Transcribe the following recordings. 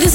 this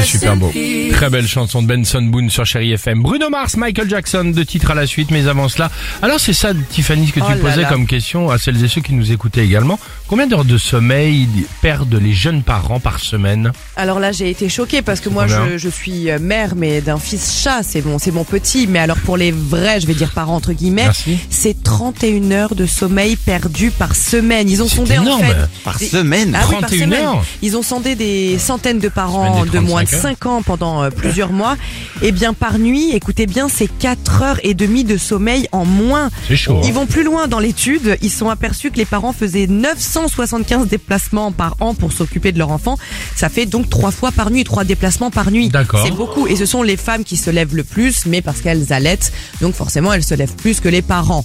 C'est super beau. Très belle chanson de Benson Boone sur Chéri FM. Bruno Mars, Michael Jackson, deux titres à la suite, mais avant cela. Alors c'est ça, Tiffany, Oh ce que tu posais comme question à celles et ceux qui nous écoutaient également. Combien d'heures de sommeil perdent les jeunes parents par semaine Alors là, j'ai été choquée parce que moi, combien je, je suis euh, mère, mais d'un fils chat, c'est mon, c'est mon petit. Mais alors pour les vrais, je vais dire parents entre guillemets, Merci. c'est 31 heures de sommeil perdu par semaine. Ils ont C'est sondé énorme. en fait. Par Des- semaine Ah oui, par 31 semaine. heures Ils ont sondé des centaines de parents Semaine de des moins de 35 5 ans pendant euh, plusieurs mois. Et bien par nuit, écoutez bien, c'est 4 heures et demie de sommeil en moins. C'est chaud. hein. Ils vont plus loin dans l'étude. Ils sont aperçus que les parents faisaient 975 déplacements par an pour s'occuper de leur enfant. Ça fait donc trois fois par nuit, trois déplacements par nuit. D'accord. C'est beaucoup. Et ce sont les femmes qui se lèvent le plus, mais parce qu'elles allaitent. Donc forcément, elles se lèvent plus que les parents.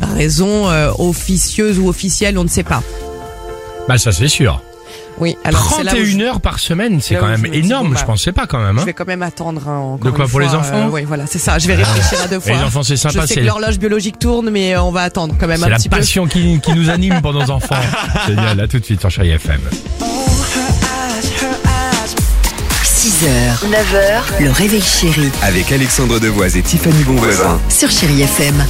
Raison euh, officieuse ou officielle, on ne sait pas. Bah ça c'est sûr. Oui, alors Ah c'est là où je- 31 heures par semaine, c'est là quand où même je me dis, énorme, bon, je bah, pensais pas quand même. hein. Je vais quand même attendre. hein, encore De quoi une pour les fois, enfants Ah. Oui, voilà, c'est ça. Je vais réfléchir à deux Les fois. enfants c'est je sympa, sais c'est que l'horloge biologique tourne, mais euh, on va attendre quand même c'est un la petit peu. passion qui, qui nous anime pendant nos enfants. Génial, à tout de suite sur Chéri FM. 6h, 9h, le réveil chéri avec Alexandre Devoise et Tiffany Bonvoisin. sur Chérie FM.